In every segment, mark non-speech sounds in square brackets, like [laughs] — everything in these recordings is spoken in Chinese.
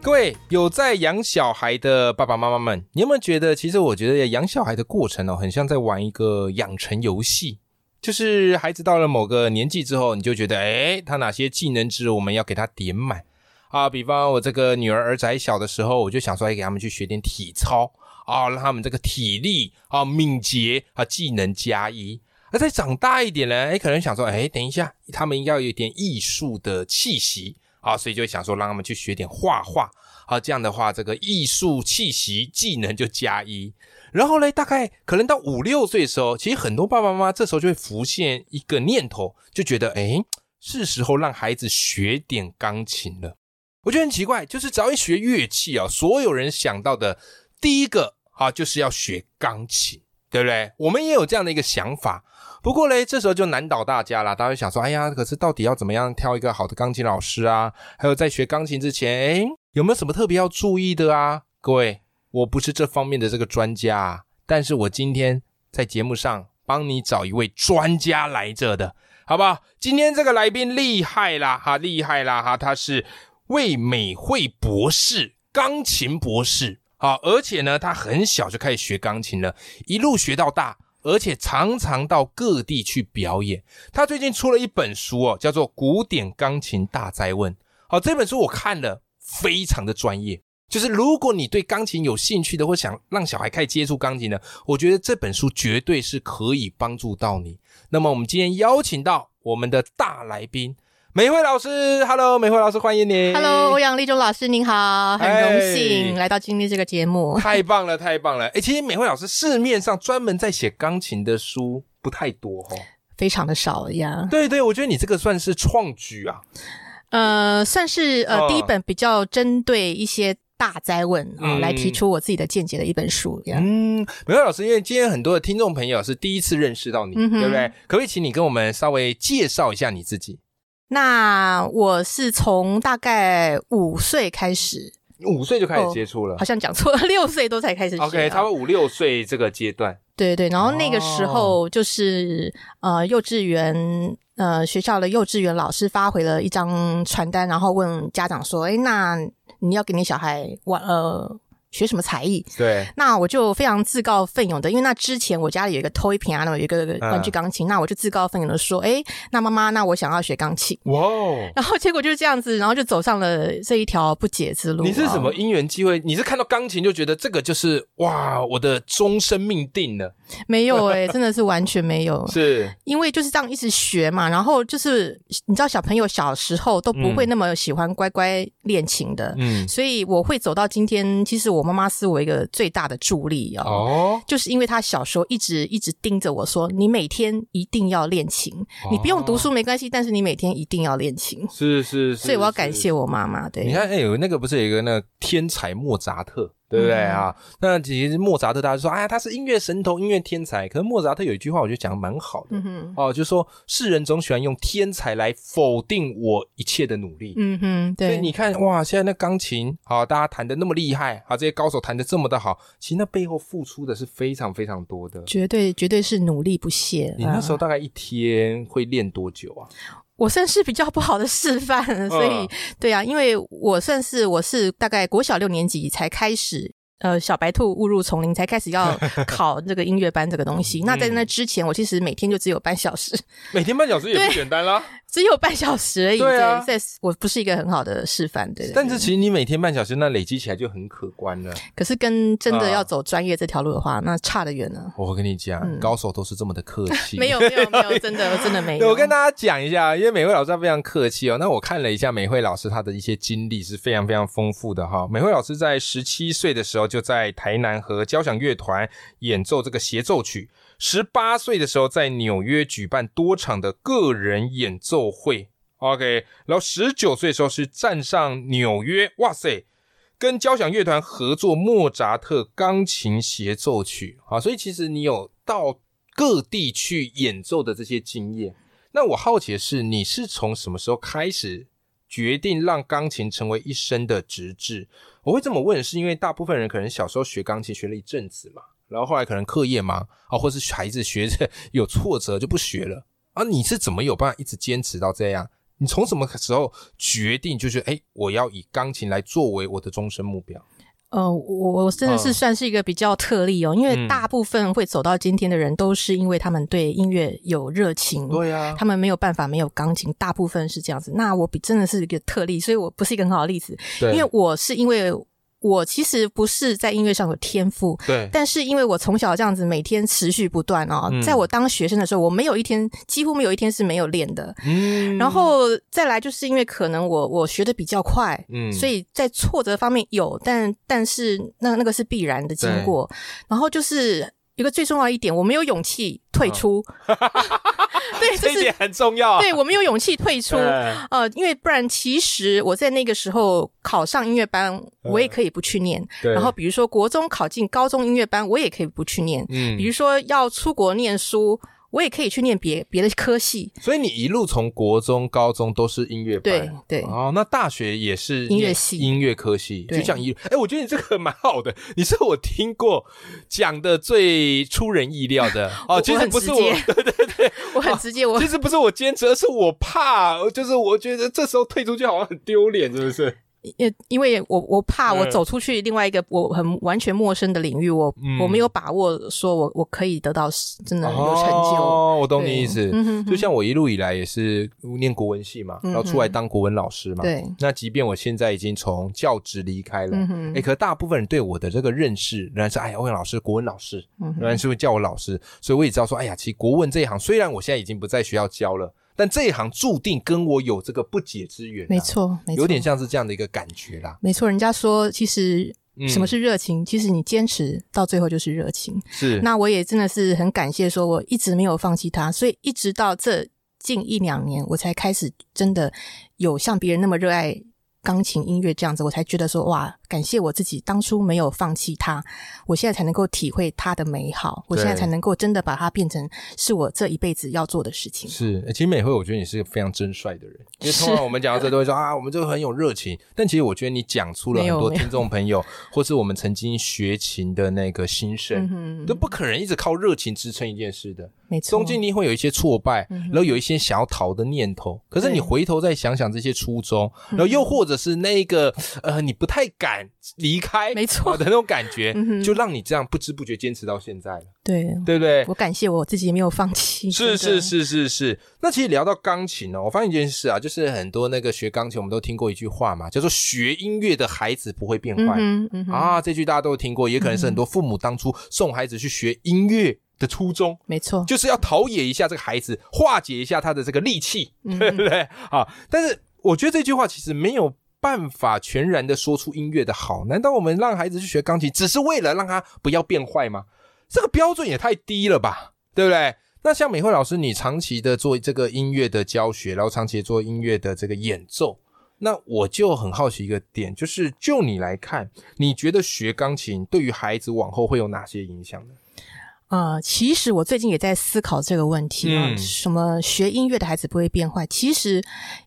各位有在养小孩的爸爸妈妈们，你有没有觉得，其实我觉得养小孩的过程哦，很像在玩一个养成游戏。就是孩子到了某个年纪之后，你就觉得，哎，他哪些技能值我们要给他点满啊？比方我这个女儿儿子还小的时候，我就想说，哎，给他们去学点体操啊，让他们这个体力啊、敏捷啊、技能加一。那再长大一点呢，哎，可能想说，哎，等一下，他们应该有点艺术的气息啊，所以就会想说，让他们去学点画画好，这样的话，这个艺术气息技能就加一。然后呢，大概可能到五六岁的时候，其实很多爸爸妈妈这时候就会浮现一个念头，就觉得，哎，是时候让孩子学点钢琴了。我觉得很奇怪，就是只要一学乐器啊，所有人想到的第一个啊，就是要学钢琴，对不对？我们也有这样的一个想法。不过嘞，这时候就难倒大家啦，大家会想说，哎呀，可是到底要怎么样挑一个好的钢琴老师啊？还有在学钢琴之前，哎，有没有什么特别要注意的啊？各位，我不是这方面的这个专家、啊，但是我今天在节目上帮你找一位专家来着的，好不好？今天这个来宾厉害啦，哈，厉害啦，哈，他是魏美惠博士，钢琴博士。好，而且呢，他很小就开始学钢琴了，一路学到大，而且常常到各地去表演。他最近出了一本书哦，叫做《古典钢琴大灾问》。好，这本书我看了，非常的专业。就是如果你对钢琴有兴趣的，或想让小孩开始接触钢琴的，我觉得这本书绝对是可以帮助到你。那么我们今天邀请到我们的大来宾美惠老师，Hello，美惠老师，欢迎你。 Hello，欧阳立中老师您好，很荣哎幸来到今天这个节目。太棒了，太棒了！哎、其实美惠老师市面上专门在写钢琴的书不太多哦。非常的少 [laughs] 呀，对对，我觉得你这个算是创举啊。呃，算是呃、哦第一本比较针对一些大灾问啊、嗯来提出我自己的见解的一本书呀。嗯，美惠老师，因为今天很多的听众朋友是第一次认识到你，嗯哼对不对？可不可以请你跟我们稍微介绍一下你自己？那我是从大概五岁开始，五岁就开始接触了、哦好像讲错了， [laughs] 六岁多才开始学啊。 o k 差不多五六岁这个阶段。对对，然后那个哦时候就是、呃，幼稚园呃学校的幼稚园老师发回了一张传单，然后问家长说：“哎，那你要给你小孩玩呃学什么才艺对？”，那我就非常自告奋勇的，因为那之前我家里有一个 toy piano，有一个嗯玩具钢琴，那我就自告奋勇的说：“哎，那妈妈，那我想要学钢琴。”哇哦！然后结果就是这样子，然后就走上了这一条不解之路啊。你是什么因缘机会？你是看到钢琴就觉得这个就是哇，我的终身命定了，没有哎、真的是完全没有。是因为就是这样一直学嘛，然后就是你知道小朋友小时候都不会那么喜欢乖乖练琴的，嗯所以我会走到今天，其实我妈妈是我一个最大的助力哦。哦，就是因为她小时候一直一直盯着我说，你每天一定要练琴，哦你不用读书没关系，但是你每天一定要练琴。是是是， [laughs] 所以我要感是谢我妈妈，你对，看，哎、有那个不是有一个那个天才莫扎特，对不对嗯啊？那其实莫扎特大家说，哎呀，他是音乐神童、音乐天才。可是莫扎特有一句话，我觉得讲得蛮好的、嗯哼，哦，就是说世人总喜欢用天才来否定我一切的努力。嗯哼，所以对，你看，哇，现在那钢琴，好、大家弹的那么厉害，啊，这些高手弹的这么的好，其实那背后付出的是非常非常多的。绝对绝对是努力不懈。你那时候啊大概一天会练多久啊？我算是比较不好的示范，所嗯以对啊，因为我算是我是大概国小六年级才开始。呃，小白兔误入丛林才开始 [laughs] 要考这个音乐班这个东西。那嗯在那之前，我其实每天就只有半小时，每天半小时也不简单啦。只有半小时而已。对啊在我不是一个很好的示范，对。对但是其实你每天半小时，那累积起来就很可观了。可是跟真的啊要走专业这条路的话，那差得远了。我跟你讲，嗯高手都是这么的客气。没有，没有，没有，真的，真的没对。有。我跟大家讲一下，因为美惠老师她非常客气哦。那我看了一下美惠老师她的一些经历是非常非常丰富的哈、美惠老师在十七岁的时候就在台南和交响乐团演奏这个协奏曲，十八岁的时候在纽约举办多场的个人演奏会。OK，然后十九岁的时候是站上纽约，哇塞，跟交响乐团合作莫扎特钢琴协奏曲啊，所以其实你有到各地去演奏的这些经验。那我好奇的是，你是从什么时候开始决定让钢琴成为一生的职志？我会这么问，是因为大部分人可能小时候学钢琴学了一阵子嘛，然后后来可能课业忙啊，或是孩子学着 [laughs] 有挫折就不学了啊。你是怎么有办法一直坚持到这样？你从什么时候决定就是哎、诶我要以钢琴来作为我的终身目标？呃，我我真的是嗯算是一个比较特例哦，因为嗯大部分会走到今天的人，都是因为他们对音乐有热情，对啊呀、他们没有办法没有钢琴，大部分是这样子。那我比真的是一个特例，所以我不是一个很好的例子，对，因为我是因为我其实不是在音乐上有天赋。对但是因为我从小这样子每天持续不断哦，嗯在我当学生的时候，我没有一天几乎没有一天是没有练的。嗯然后再来就是因为可能我我学的比较快，嗯所以在挫折方面有，但但是那那个是必然的经过。然后就是一个最重要的一点，我没有勇气退出。 [laughs] [laughs] 哦对，就这一是点很重要啊。对我没有勇气退出。哎呃，因为不然，其实我在那个时候考上音乐班，我也可以不去念。嗯对然后比如说国中考进高中音乐班，我也可以不去念。嗯比，如说要出国念书，我也可以去念别别的科系。所以你一路从国中、高中都是音乐对班。对，哦，那大学也是音乐念系音乐科系，对就像一，哎、我觉得你这个蛮好的， [laughs] 你是我听过讲的最出人意料的哦。 [laughs] 我其我实很不是直我，接 [laughs] 对对对，我很直接，我其实不是我坚持，而是我怕，就是我觉得这时候退出去好像很丢脸，是不 [laughs] 是？因因为我我怕我嗯走出去另外一个我很完全陌生的领域，我、嗯我没有把握说我我可以得到真的嗯有成就。哦，我懂你对意思。嗯哼就像我一路以来也是念国文系嘛，嗯哼然后出来当国文老师嘛。对，那即便我现在已经从教职离开了，嗯哼哎、可大部分人对我的这个认识仍然是，哎呀，欧阳老师，国文老师，嗯仍然是会叫我老师，所以我也知道说，哎呀，其实国文这一行，虽然我现在已经不在学校教了，但这一行注定跟我有这个不解之缘、啊没，错，没错，有点像是这样的一个感觉啦。没错。人家说，其实嗯什么是热情？其实你坚持到最后就是热情。是那我也真的是很感谢，说我一直没有放弃它，所以一直到这近一两年，我才开始真的有像别人那么热爱钢琴音乐这样子，我才觉得说哇，感谢我自己当初没有放弃它，我现在才能够体会它的美好，我现在对才能够真的把它变成是我这一辈子要做的事情。嗯是，欸其实美惠，我觉得你是个非常真率的 [laughs] 人，因为通常我们讲到这都会说啊，我们就很有热情，但其实我觉得你讲出了没很有多没有听众朋友， [laughs] 或是我们曾经学琴的那个心声，嗯都哼，不可能一直靠热情支撑一件事的，没错中，间一定会有一些挫败，然后有一些想要逃的念头，可是你嗯对嗯回头再想想这些初衷，然后又或者是那个呃，你不太敢离开，没错啊的那种感觉嗯，哼就让你这样不知不觉坚持到现在了，对对不对？我感谢我自己没有放弃。是真是的，是是是。那其实聊到钢琴哦，我发现一件事啊，就是很多那个学钢琴，我们都听过一句话嘛，叫做“学音乐的孩子不会变嗯坏”哼嗯哼，啊，这句大家都有听过，也可能是很多父母当初送孩子去学音乐的初衷。没错，就是要陶冶一下这个孩子，化解一下他的这个戾气，嗯对不对啊？但是我觉得这句话其实没有办法全然的说出音乐的好。难道我们让孩子去学钢琴，只是为了让他不要变坏吗？这个标准也太低了吧，对不对？那像美惠老师，你长期的做这个音乐的教学，然后长期地做音乐的这个演奏，那我就很好奇一个点，就是就你来看，你觉得学钢琴对于孩子往后会有哪些影响呢？呃，其实我最近也在思考这个问题啊，嗯什么学音乐的孩子不会变坏？其实，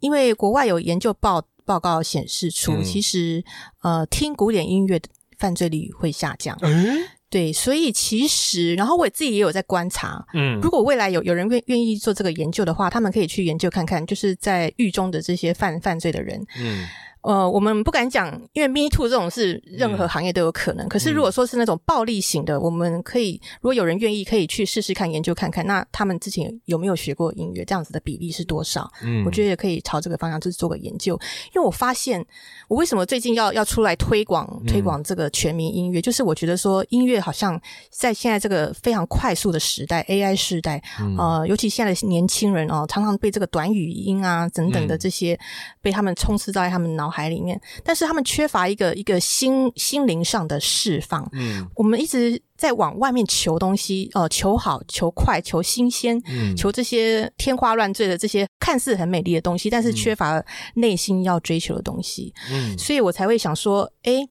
因为国外有研究报报告显示出，嗯其实呃，听古典音乐的犯罪率会下降。嗯对，所以其实，然后我自己也有在观察，嗯如果未来有有人愿愿意做这个研究的话，他们可以去研究看看，就是在狱中的这些犯犯罪的人，嗯呃，我们不敢讲，因为 Me Too 这种是任何行业都有可能。可是如果说是那种暴力型的，我们可以，如果有人愿意，可以去试试看、研究看看，那他们之前有没有学过音乐，这样子的比例是多少？嗯我觉得也可以朝这个方向就是做个研究。因为我发现，我为什么最近要要出来推广推广这个全民音乐，就是我觉得说音乐好像在现在这个非常快速的时代，AI 时代，嗯呃，尤其现在的年轻人哦，常常被这个短语音啊等等的嗯这些、被他们充斥在他们脑海里面，但是他们缺乏一个一个心心灵上的释放。嗯我们一直在往外面求东西，呃，求好、求快、求新鲜，嗯求这些天花乱坠的这些看似很美丽的东西，但是缺乏内心要追求的东西。嗯所以我才会想说，诶，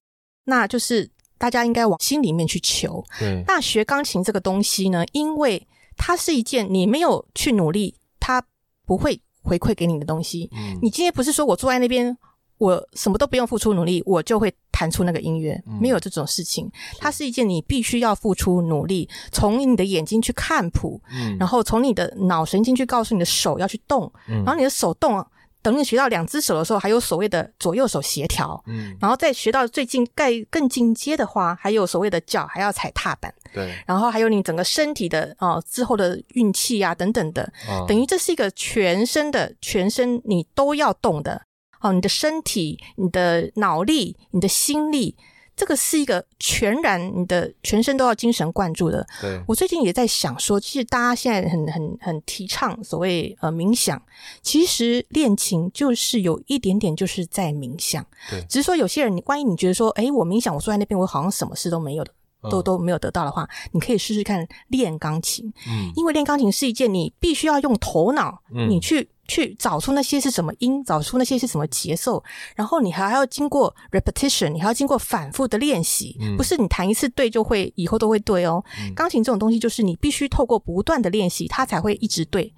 那就是大家应该往心里面去求。对，那学钢琴这个东西呢，因为它是一件你没有去努力，它不会回馈给你的东西。嗯你今天不是说我坐在那边，我什么都不用付出努力，我就会弹出那个音乐，嗯没有这种事情。它是一件你必须要付出努力，从你的眼睛去看谱，嗯然后从你的脑神经去告诉你的手要去动，嗯然后你的手动，啊等你学到两只手的时候，还有所谓的左右手协调。嗯，然后再学到最近更更进阶的话，还有所谓的脚还要踩踏板，对，然后还有你整个身体的哦、之后的运气啊等等的，啊等于这是一个全身的全身你都要动的哦，你的身体、你的脑力、你的心力，这个是一个全然你的全身都要精神灌注的。对，我最近也在想说，其实大家现在很很很提倡所谓呃冥想，其实练琴就是有一点点就是在冥想对，只是说有些人，万一你觉得说，哎，我冥想，我坐在那边，我好像什么事都没有的，都嗯都没有得到的话，你可以试试看练钢琴，嗯因为练钢琴是一件你必须要用头脑，嗯你去去找出那些是什么音，找出那些是什么节奏，然后你还要经过 repetition，你还要经过反复的练习，嗯不是你弹一次对就会以后都会对哦。嗯钢琴这种东西就是你必须透过不断的练习，它才会一直对，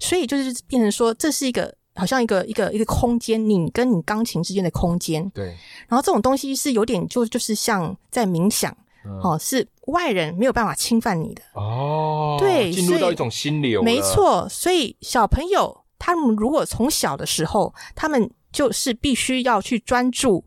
所以就是变成说这是一个。好像一个一个一个空间，你跟你钢琴之间的空间，对，然后这种东西是有点就就是像在冥想，嗯哦，是外人没有办法侵犯你的，哦，对进入所到以一种心流，没，错。所以小朋友他们如果从小的时候，他们就是必须要去专注，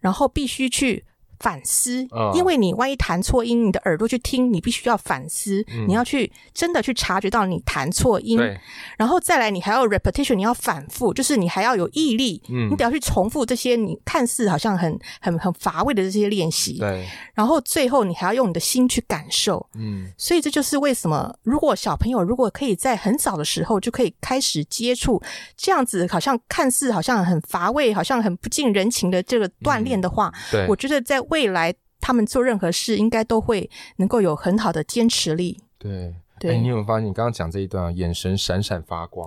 然后必须去反思，嗯因为你万一弹错音，你的耳朵去听，你必须要反思，嗯你要去真的去察觉到你弹错音，对，然后再来你还要 repetition，你要反复，就是你还要有毅力。嗯你得要去重复这些你看似好像很很很乏味的这些练习，对，然后最后你还要用你的心去感受，嗯所以这就是为什么，如果小朋友如果可以在很早的时候就可以开始接触这样子，好像看似好像很乏味、好像很不近人情的这个锻炼的话，嗯对，我觉得在未来他们做任何事应该都会能够有很好的坚持力。对。哎、对，你有没有发现你刚刚讲这一段啊，眼神闪闪发光。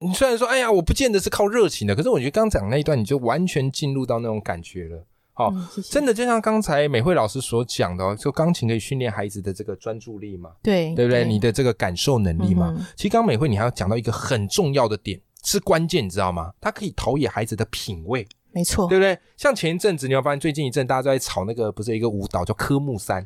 你虽然说，哎呀，我不见得是靠热情的，可是我觉得刚刚讲那一段，你就完全进入到那种感觉了。好、嗯谢谢真的就像刚才美惠老师所讲的、哦，就钢琴可以训练孩子的这个专注力嘛，对对不对？你的这个感受能力嘛。嗯哼其实刚刚美惠你还要讲到一个很重要的点，是关键，你知道吗？它可以陶冶孩子的品味，没错，对不对？像前一阵子，你有没有发现最近一阵大家都在炒那个，不是有一个舞蹈叫科目三，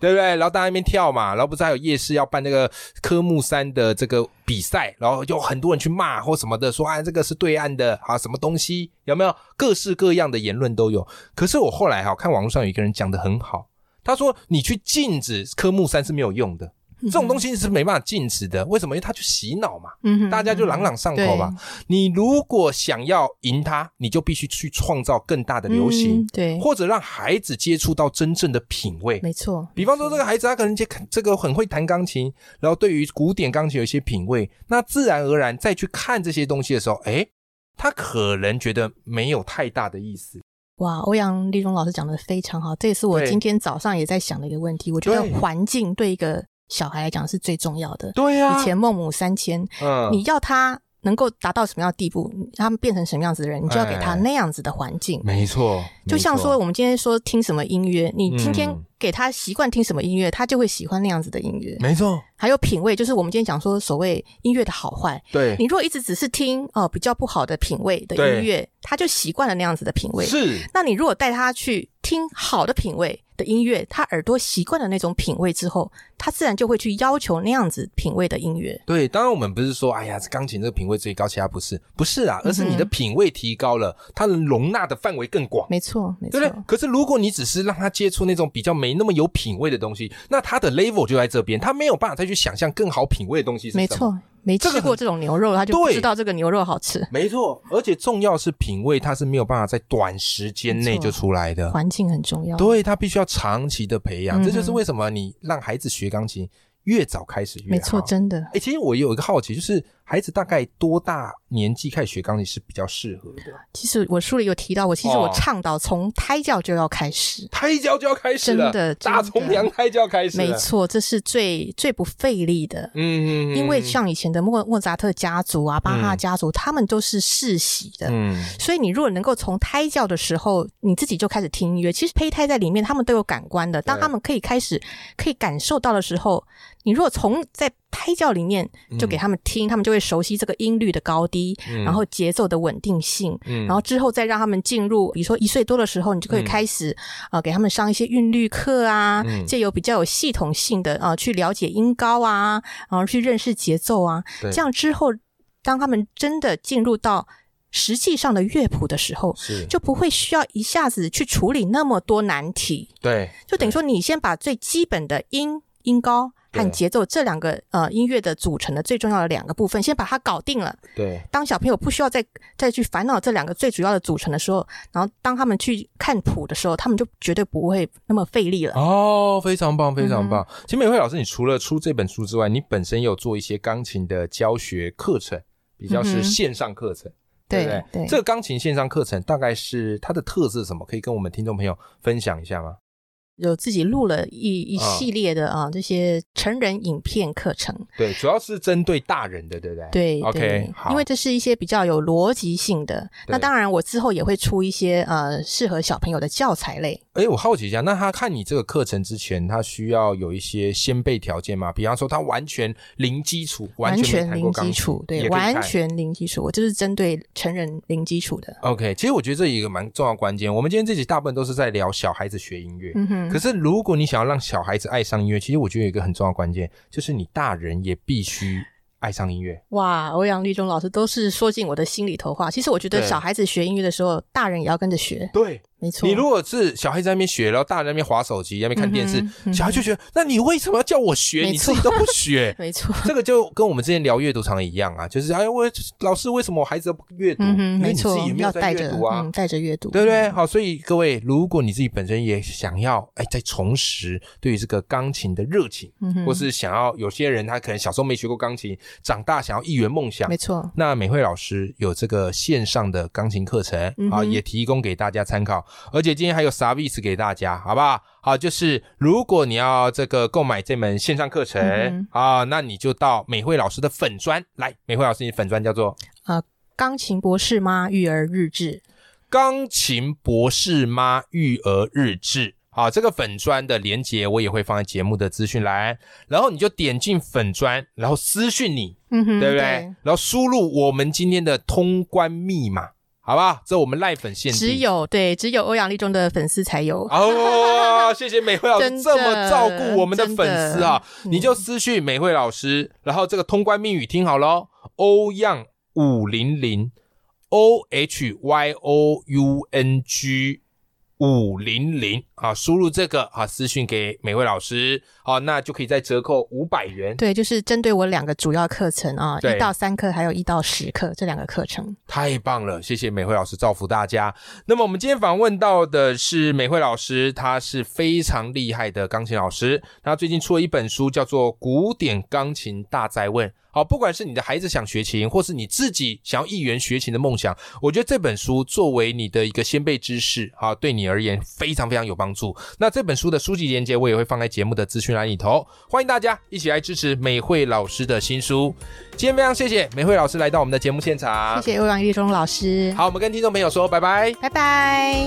对不对？然后大家在那边跳嘛，然后不是还有夜市要办那个科目三的这个比赛，然后就很多人去骂或什么的，说啊这个是对岸的啊什么东西，有没有？各式各样的言论都有。可是我后来哈、看网络上有一个人讲的很好，他说你去禁止科目三是没有用的。这种东西是没办法禁止的，为什么？因为他去洗脑嘛，嗯哼大家就朗朗上口嘛。你如果想要赢他，你就必须去创造更大的流行嗯，对，或者让孩子接触到真正的品味。没错，比方说，这个孩子啊他可能这这个很会弹钢琴，然后对于古典钢琴有一些品味，那自然而然再去看这些东西的时候，诶，他可能觉得没有太大的意思。哇，欧阳立中老师讲的非常好，这也是我对今天早上也在想的一个问题。我觉对得环境对一个小孩来讲是最重要的。对呀、以前孟母三迁，嗯，你要他能够达到什么样的地步，他们变成什么样子的人，你就要给他哎那样子的环境。没错，就像说，没错我们今天说听什么音乐，你今天嗯给他习惯听什么音乐，他就会喜欢那样子的音乐。没错，还有品味，就是我们今天讲说所谓音乐的好坏。对你，如果一直只是听哦、呃比较不好的品味的对音乐，他就习惯了那样子的品味。是，那你如果带他去听好的品味的音乐，他耳朵习惯了那种品味之后，他自然就会去要求那样子品味的音乐。对，当然我们不是说，哎呀，这钢琴这个品味最高，其他不是，不是啊，而是你的品味提高了，它能容纳的范围更广，嗯没错，没对错不，对？可是如果你只是让他接触那种比较没那么有品味的东西，那他的 level 就在这边，他没有办法再去想象更好品味的东西是没什么。错。没这个吃过这种牛肉，他就不对知道这个牛肉好吃。没错，而且重要是品味，它是没有办法在短时间内没错就出来的，环境很重要，对，它必须要长期的培养。嗯哼这就是为什么你让孩子学钢琴越早开始越好。没错，真的。哎、其实我有一个好奇，就是孩子大概多大年纪开始学钢琴是比较适合的？其实我书里有提到我，其实哦我倡导从胎教就要开始。胎教就要开始了，真的大真的从娘胎就要开始了，没错，这是最最不费力的。嗯，嗯，嗯因为像以前的莫莫扎特家族啊、巴哈嗯家族，他们都是世袭的，嗯所以你如果能够从胎教的时候，你自己就开始听音乐，其实胚胎在里面，他们都有感官的。当对他们可以开始可以感受到的时候，你如果从在胎教里面就给他们听，他们就会熟悉这个音律的高低，嗯然后节奏的稳定性。嗯，然后之后再让他们进入，比如说一岁多的时候，你就可以嗯开始、呃给他们上一些韵律课啊嗯，借、由比较有系统性的啊、呃去了解音高啊，然后去认识节奏啊，对这样之后，当他们真的进入到实际上的乐谱的时候，是就不会需要一下子去处理那么多难题，对，就等于说你先把最基本的音音高。对和节奏这两个呃音乐的组成的最重要的两个部分，先把它搞定了，对当小朋友不需要再再去烦恼这两个最主要的组成的时候，然后当他们去看谱的时候，他们就绝对不会那么费力了。哦，非常棒，非嗯常棒。其实美惠老师，你除了出这本书之外，你本身也有做一些钢琴的教学课程，比较是嗯哼线上课程。对不对对这个钢琴线上课程大概是它的特色是什么？可以跟我们听众朋友分享一下吗？有自己录了一一啊系列的啊、这些成人影片课程，对，主要是针对大人的，对不对？对，OK，对好，因为这是一些比较有逻辑性的。那对当然，我之后也会出一些呃适合小朋友的教材类。哎，我好奇一下，那他看你这个课程之前，他需要有一些先备条件吗？比方说，他完全零基础，完全没全弹零过钢基琴础，也对，可以看完全零基础，我就是针对成人零基础的。 OK，其实我觉得这一个蛮重要的关键。我们今天这集大部分都是在聊小孩子学音乐，嗯哼，可是如果你想要让小孩子爱上音乐，其实我觉得有一个很重要的关键，就是你大人也必须爱上音乐。哇，欧阳立中老师都是说进我的心里头话。其实我觉得对小孩子学音乐的时候，大人也要跟着学，对没错。你如果是小孩子在那边学，然后大人在那边划手机、在那边看电视，嗯哼嗯哼小孩就觉得，那你为什么要叫我学？没你自错。己都不学 [laughs] 没错，这个就跟我们之前聊阅读场一样啊，就是哎，我老师为什么我孩子都不阅读？嗯哼，因为没你自错己也，没有要在带阅着读啊。嗯，带着阅读，对不对？好，所以各位，如果你自己本身也想要哎，再重拾对于这个钢琴的热情，嗯哼或是想要有些人他可能小时候没学过钢琴，长大想要一圆梦想没，错，那美惠老师有这个线上的钢琴课程嗯啊，哼也提供给大家参考，而且今天还有 service 给大家，好不好？好，就是如果你要这个购买这门线上课程、嗯啊，那你就到美惠老师的粉砖来，美惠老师你粉砖叫做钢琴博士吗？育儿日志，钢琴博士妈育儿日志。好，这个粉砖的连接我也会放在节目的资讯栏，然后你就点进粉砖，然后私讯你，嗯哼，对不对？然后输入我们今天的通关密码，好不好？这我们赖粉限定。只有对，只有欧阳立中的粉丝才有。哦，谢谢美惠老师 [laughs] 真的这么照顾我们的粉丝啊！真的嗯你就私讯美惠老师，然后这个通关密语听好喽，欧样五零零 O H Y O U N G 五零零啊，输入这个啊，私讯给美惠老师，好、那就可以再折扣五百元，对，就是针对我两个主要课程啊，对一到三课，还有一到十课这两个课程。太棒了，谢谢美惠老师造福大家。那么我们今天访问到的是美惠老师，她是非常厉害的钢琴老师。她最近出了一本书，叫做《古典钢琴大在问》。好，不管是你的孩子想学琴，或是你自己想要一圆学琴的梦想，我觉得这本书作为你的一个先辈知识，好，对你而言非常非常有帮助。那这本书的书籍链接我也会放在节目的资讯栏里头，欢迎大家一起来支持美惠老师的新书。今天非常谢谢美惠老师来到我们的节目现场，谢谢欧阳立中老师，好，我们跟听众朋友说拜拜。拜拜。